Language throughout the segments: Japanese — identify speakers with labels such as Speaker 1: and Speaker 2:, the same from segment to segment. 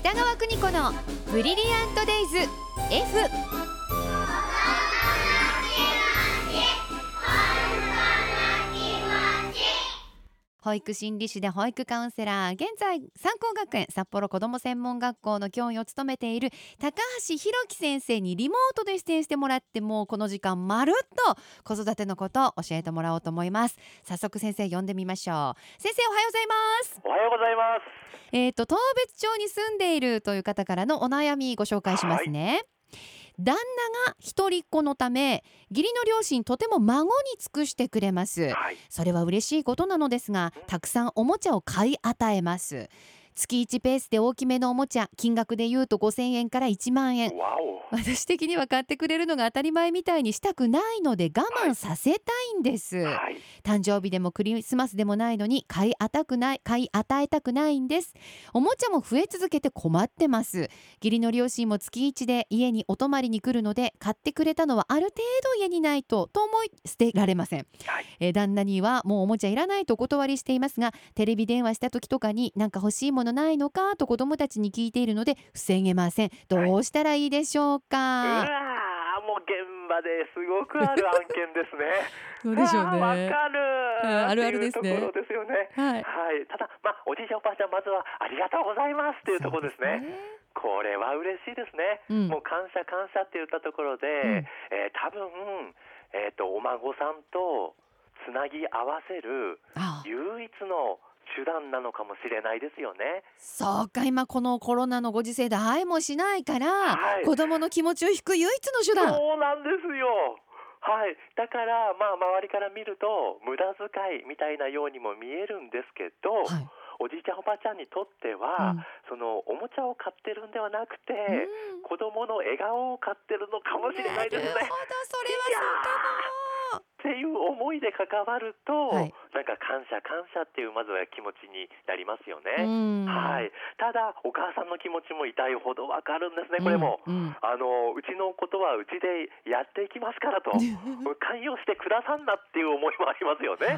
Speaker 1: 北川邦子のブリリアントデイズ F 保育心理士で保育カウンセラー現在三高学園札幌子ども専門学校の教員を務めている高橋弘樹先生にリモートで出演してもらってもうこの時間まるっと子育てのことを教えてもらおうと思います早速先生呼んでみましょう先生おはようございます
Speaker 2: おはようございます。
Speaker 1: えー、と当別町に住んでいるという方からのお悩みご紹介しますね。旦那が一人っ子のため義理の両親とても孫に尽くしてくれます
Speaker 2: はい。
Speaker 1: それは嬉しいことなのですがたくさんおもちゃを買い与えます月1ペースで大きめのおもちゃ金額で言うと5000円から1万円
Speaker 2: わお。
Speaker 1: 私的には買ってくれるのが当たり前みたいにしたくないので我慢させたいんです、
Speaker 2: はい。
Speaker 1: 誕生日でもクリスマスでもないのに買い与えたくない買い与えたくないんですおもちゃも増え続けて困ってます義理の両親も月一で家にお泊まりに来るので買ってくれたのはある程度家にないとと思い捨てられません、
Speaker 2: はい
Speaker 1: えー旦那にはもうおもちゃいらないとお断りしていますがテレビ電話した時とかになんか欲しいものないのかと子供たちに聞いているので防げませんどうしたらいいでしょう
Speaker 2: う
Speaker 1: か、
Speaker 2: わーもう現場ですごくある案件で すね。
Speaker 1: ど
Speaker 2: わーわかる
Speaker 1: うん。あるあるですね
Speaker 2: っていうところですよね。
Speaker 1: はい
Speaker 2: はい。ただまあおじいちゃんおばあちゃんまずはありがとうございますっていうところですね。これは嬉しいですね。
Speaker 1: うん
Speaker 2: もう感謝感謝って言ったところで、
Speaker 1: ん
Speaker 2: えー多分えっ、とお孫さんとつなぎ合わせる
Speaker 1: ああ
Speaker 2: 唯一の手段なのかもしれないですよね。
Speaker 1: そうか今このコロナのご時世で愛もしないから、
Speaker 2: はい
Speaker 1: 子供の気持ちを引く唯一の手段
Speaker 2: そうなんですよ。はい、だから、まあ、周りから見ると無駄遣いみたいなようにも見えるんですけど、
Speaker 1: はい
Speaker 2: おじいちゃんおばあちゃんにとっては、そのおもちゃを買ってるんではなくて、
Speaker 1: うん
Speaker 2: 子供の笑顔を買ってるのかもしれ
Speaker 1: な
Speaker 2: ない
Speaker 1: るほ
Speaker 2: で
Speaker 1: ど
Speaker 2: す
Speaker 1: それ
Speaker 2: ね。
Speaker 1: はそうかも
Speaker 2: っていう思いで関わると、
Speaker 1: はい
Speaker 2: なんか感謝感謝っていうまずは気持ちになりますよ
Speaker 1: う
Speaker 2: ね。
Speaker 1: ん
Speaker 2: はい、ただお母さんの気持ちも痛いほどわかるんですねこれも、
Speaker 1: うんうん
Speaker 2: あのうちのことはうちでやっていきますか らと寛容してくださんなっていう思いもありますよ
Speaker 1: は
Speaker 2: ね
Speaker 1: は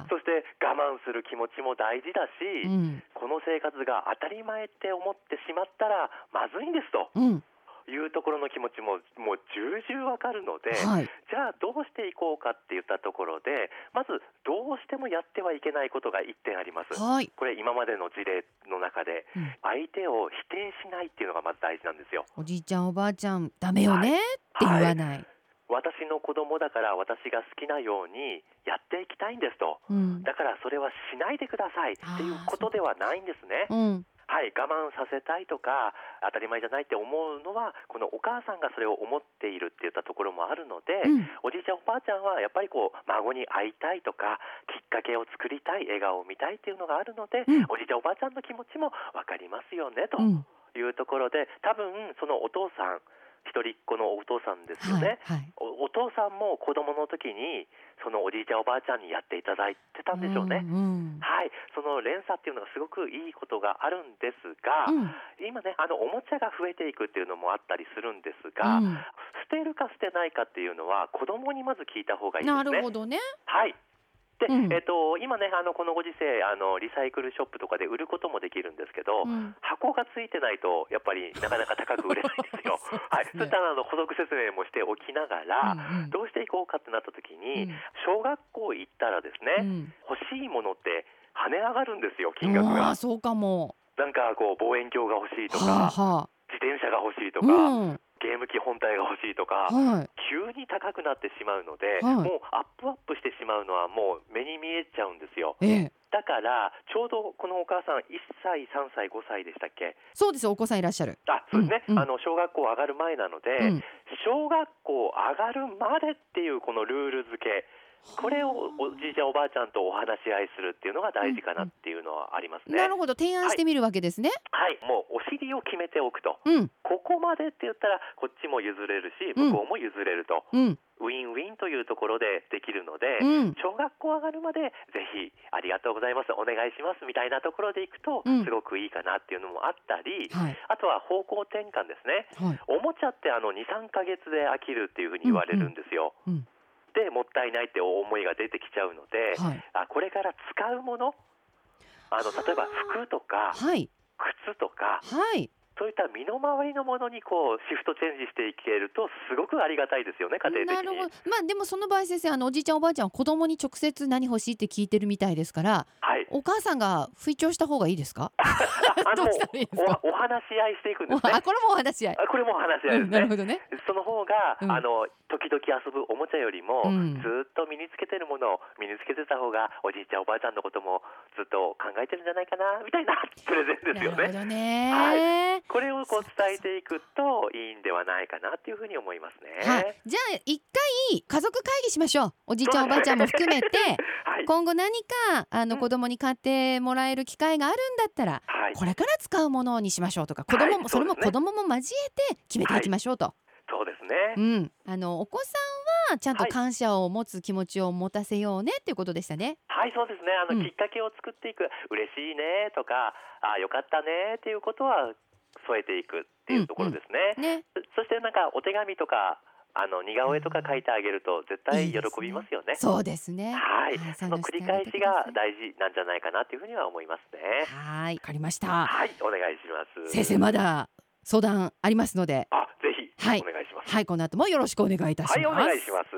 Speaker 1: は
Speaker 2: そして我慢する気持ちも大事だし、
Speaker 1: うん
Speaker 2: この生活が当たり前って思ってしまったらまずいんですと
Speaker 1: うん
Speaker 2: いうところの気持ちももう重々わかるので、
Speaker 1: はい
Speaker 2: じゃあどうしていこうかって言ったところでまずどうしてもやってはいけないことが1点あります。
Speaker 1: はい
Speaker 2: これ今までの事例の中で
Speaker 1: うん
Speaker 2: 相手を否定しないっていうのがまず大事なんですよ。
Speaker 1: おじいちゃんおばあちゃんダメよね、って言
Speaker 2: は
Speaker 1: わ
Speaker 2: い
Speaker 1: ない、
Speaker 2: 私の子供だから私が好きなようにやっていきたいんですと。
Speaker 1: うん
Speaker 2: だからそれはしないでくださいっていうことではないんですね。
Speaker 1: うん
Speaker 2: はい、我慢させたいとか当たり前じゃないって思うのはこのお母さんがそれを思っているって言ったところもあるので、
Speaker 1: うん
Speaker 2: おじいちゃんおばあちゃんはやっぱりこう孫に会いたいとかきっかけを作りたい笑顔を見たいっていうのがあるので、
Speaker 1: うん
Speaker 2: おじいちゃんおばあちゃんの気持ちも分かりますよねと
Speaker 1: うん
Speaker 2: いうところで多分そのお父さん一人っ子のお父さんですよ
Speaker 1: はい
Speaker 2: ね、
Speaker 1: はい
Speaker 2: おお父さんも子供の時にそのおじいちゃんおばあちゃんにやっていただいてたんでしょうね。
Speaker 1: うん
Speaker 2: はい、その連鎖っていうのがすごくいいことがあるんです
Speaker 1: う
Speaker 2: が、
Speaker 1: ん
Speaker 2: 今ねあのおもちゃが増えていくっていうのもあったりするんです
Speaker 1: う
Speaker 2: が、
Speaker 1: ん
Speaker 2: 捨てるか捨てないかっていうのは子供にまず聞いた方がいいですね。
Speaker 1: なるほどね
Speaker 2: はいで、
Speaker 1: うん
Speaker 2: えっと今ねあのこのご時世あのリサイクルショップとかで売ることもできるんですけど、
Speaker 1: うん。
Speaker 2: 箱がついてないとやっぱりなかなか高く売れないんですよ
Speaker 1: そうですね
Speaker 2: はい、そういったあの補足説明もしておきながら、
Speaker 1: うんうん
Speaker 2: どうしていこうかってなった時に、
Speaker 1: うん
Speaker 2: 小学校行ったらですね、
Speaker 1: うん
Speaker 2: 欲しいものって跳ね上がるんですよ金額
Speaker 1: う
Speaker 2: が
Speaker 1: わそうかも
Speaker 2: なんかこう望遠鏡が欲しいと
Speaker 1: はあ
Speaker 2: か
Speaker 1: は
Speaker 2: 自転車が欲しいと
Speaker 1: あ
Speaker 2: か、
Speaker 1: うん
Speaker 2: ゲーム機本体が欲しいとか
Speaker 1: はい
Speaker 2: 急に高くなってしまうので、
Speaker 1: はい
Speaker 2: もうアップアップしてしまうのはもう目に見えちゃうんですよ
Speaker 1: ええ
Speaker 2: だからちょうどこのお母さん1歳3歳5歳でしたっけ
Speaker 1: そうですよお子さんいらっしゃる。
Speaker 2: あそうですね、
Speaker 1: うんうん
Speaker 2: あの小学校上がる前なの
Speaker 1: う
Speaker 2: で、
Speaker 1: ん
Speaker 2: 小学校上がるまでっていうこのルール付けこれをおじいちゃんおばあちゃんとお話し合いするっていうのが大事かなっていうのはありますね。
Speaker 1: なるほど提案してみるわけですね。
Speaker 2: はい、もうお尻を決めておくと、
Speaker 1: うん
Speaker 2: ここまでって言ったら、こっちも譲れるし、
Speaker 1: うん
Speaker 2: 向こうも譲れると、
Speaker 1: うん
Speaker 2: ウィンウィンというところでできるので、
Speaker 1: うん
Speaker 2: 小学校上がるまで、ぜひありがとうございます、お願いしますみたいなところでいくと、
Speaker 1: うん
Speaker 2: すごくいいかなっていうのもあったり、
Speaker 1: はい
Speaker 2: あとは方向転換ですね、
Speaker 1: はい
Speaker 2: おもちゃってあの2、3ヶ月で飽きるっていうふうに言われるんですよ。
Speaker 1: うんうん
Speaker 2: で、もったいないって思いが出てきちゃうので、
Speaker 1: はい
Speaker 2: あこれから使うもの、あの例えば服とか
Speaker 1: はい
Speaker 2: 靴とか、
Speaker 1: はい
Speaker 2: そういった身の回りのものにこうシフトチェンジしていけるとすごくありがたいですよね家庭的に。
Speaker 1: なるほどまあでもその場合先生あのおじいちゃんおばあちゃんは子供に直接何欲しいって聞いてるみたいですから
Speaker 2: はい、
Speaker 1: お母さんが吹聴した方がいいですか
Speaker 2: あ
Speaker 1: ど
Speaker 2: の
Speaker 1: うしたらいいですか
Speaker 2: おお話し合いしていくんですね
Speaker 1: あ。これもお話し合い、
Speaker 2: あこれもお話し合
Speaker 1: う
Speaker 2: い
Speaker 1: ん、
Speaker 2: で
Speaker 1: な
Speaker 2: す
Speaker 1: る
Speaker 2: ね。
Speaker 1: ほどね
Speaker 2: その方が、
Speaker 1: うん
Speaker 2: あの時々遊ぶおもちゃよりも、
Speaker 1: うん
Speaker 2: ずっと身につけてるものを身につけてた方がおじいちゃんおばあちゃんのこともずっと考えてるんじゃないかなみたいなプレゼンですよ
Speaker 1: なるほど
Speaker 2: ね。
Speaker 1: ね、
Speaker 2: はこれをこう伝えていくといいんではないかなっていうふうに思いますね。
Speaker 1: はい、じゃあ一回家族会議しましょうおじいちゃんおばあちゃんも含めて
Speaker 2: はい、
Speaker 1: 今後何かあの
Speaker 2: うん
Speaker 1: 子供に買ってもらえる機会があるんだったら
Speaker 2: はい、
Speaker 1: これから使うものにしましょうとか子供も、
Speaker 2: はい
Speaker 1: それも
Speaker 2: そうです
Speaker 1: 子
Speaker 2: ね
Speaker 1: 供も交えて決めていきましょうと、
Speaker 2: そうですね
Speaker 1: う。ん、あのお子さんはちゃんと
Speaker 2: はい
Speaker 1: 感謝を持つ気持ちを持たせようねっていうことでしたね。
Speaker 2: はい、そうですね。あの、
Speaker 1: うん
Speaker 2: きっかけを作っていく、嬉しいねとか、あ、よかったねっていうことは添えていくっていうところですね。
Speaker 1: ね、
Speaker 2: そそしてなんかお手紙とか、あの似顔絵とか書いてあげると絶対
Speaker 1: いい
Speaker 2: 喜
Speaker 1: ですね
Speaker 2: びますよね。
Speaker 1: そうですね。
Speaker 2: はい
Speaker 1: はい、
Speaker 2: その繰り返しが大事なんじゃないかなっていうふうには思いますね。
Speaker 1: はい、わかりました。
Speaker 2: はい、お願いします。
Speaker 1: 先生まだ相談ありますので、
Speaker 2: あ、ぜひ
Speaker 1: はい
Speaker 2: お願いします。
Speaker 1: はい、この後もよろしくお願いいたします。
Speaker 2: はい、お願いします。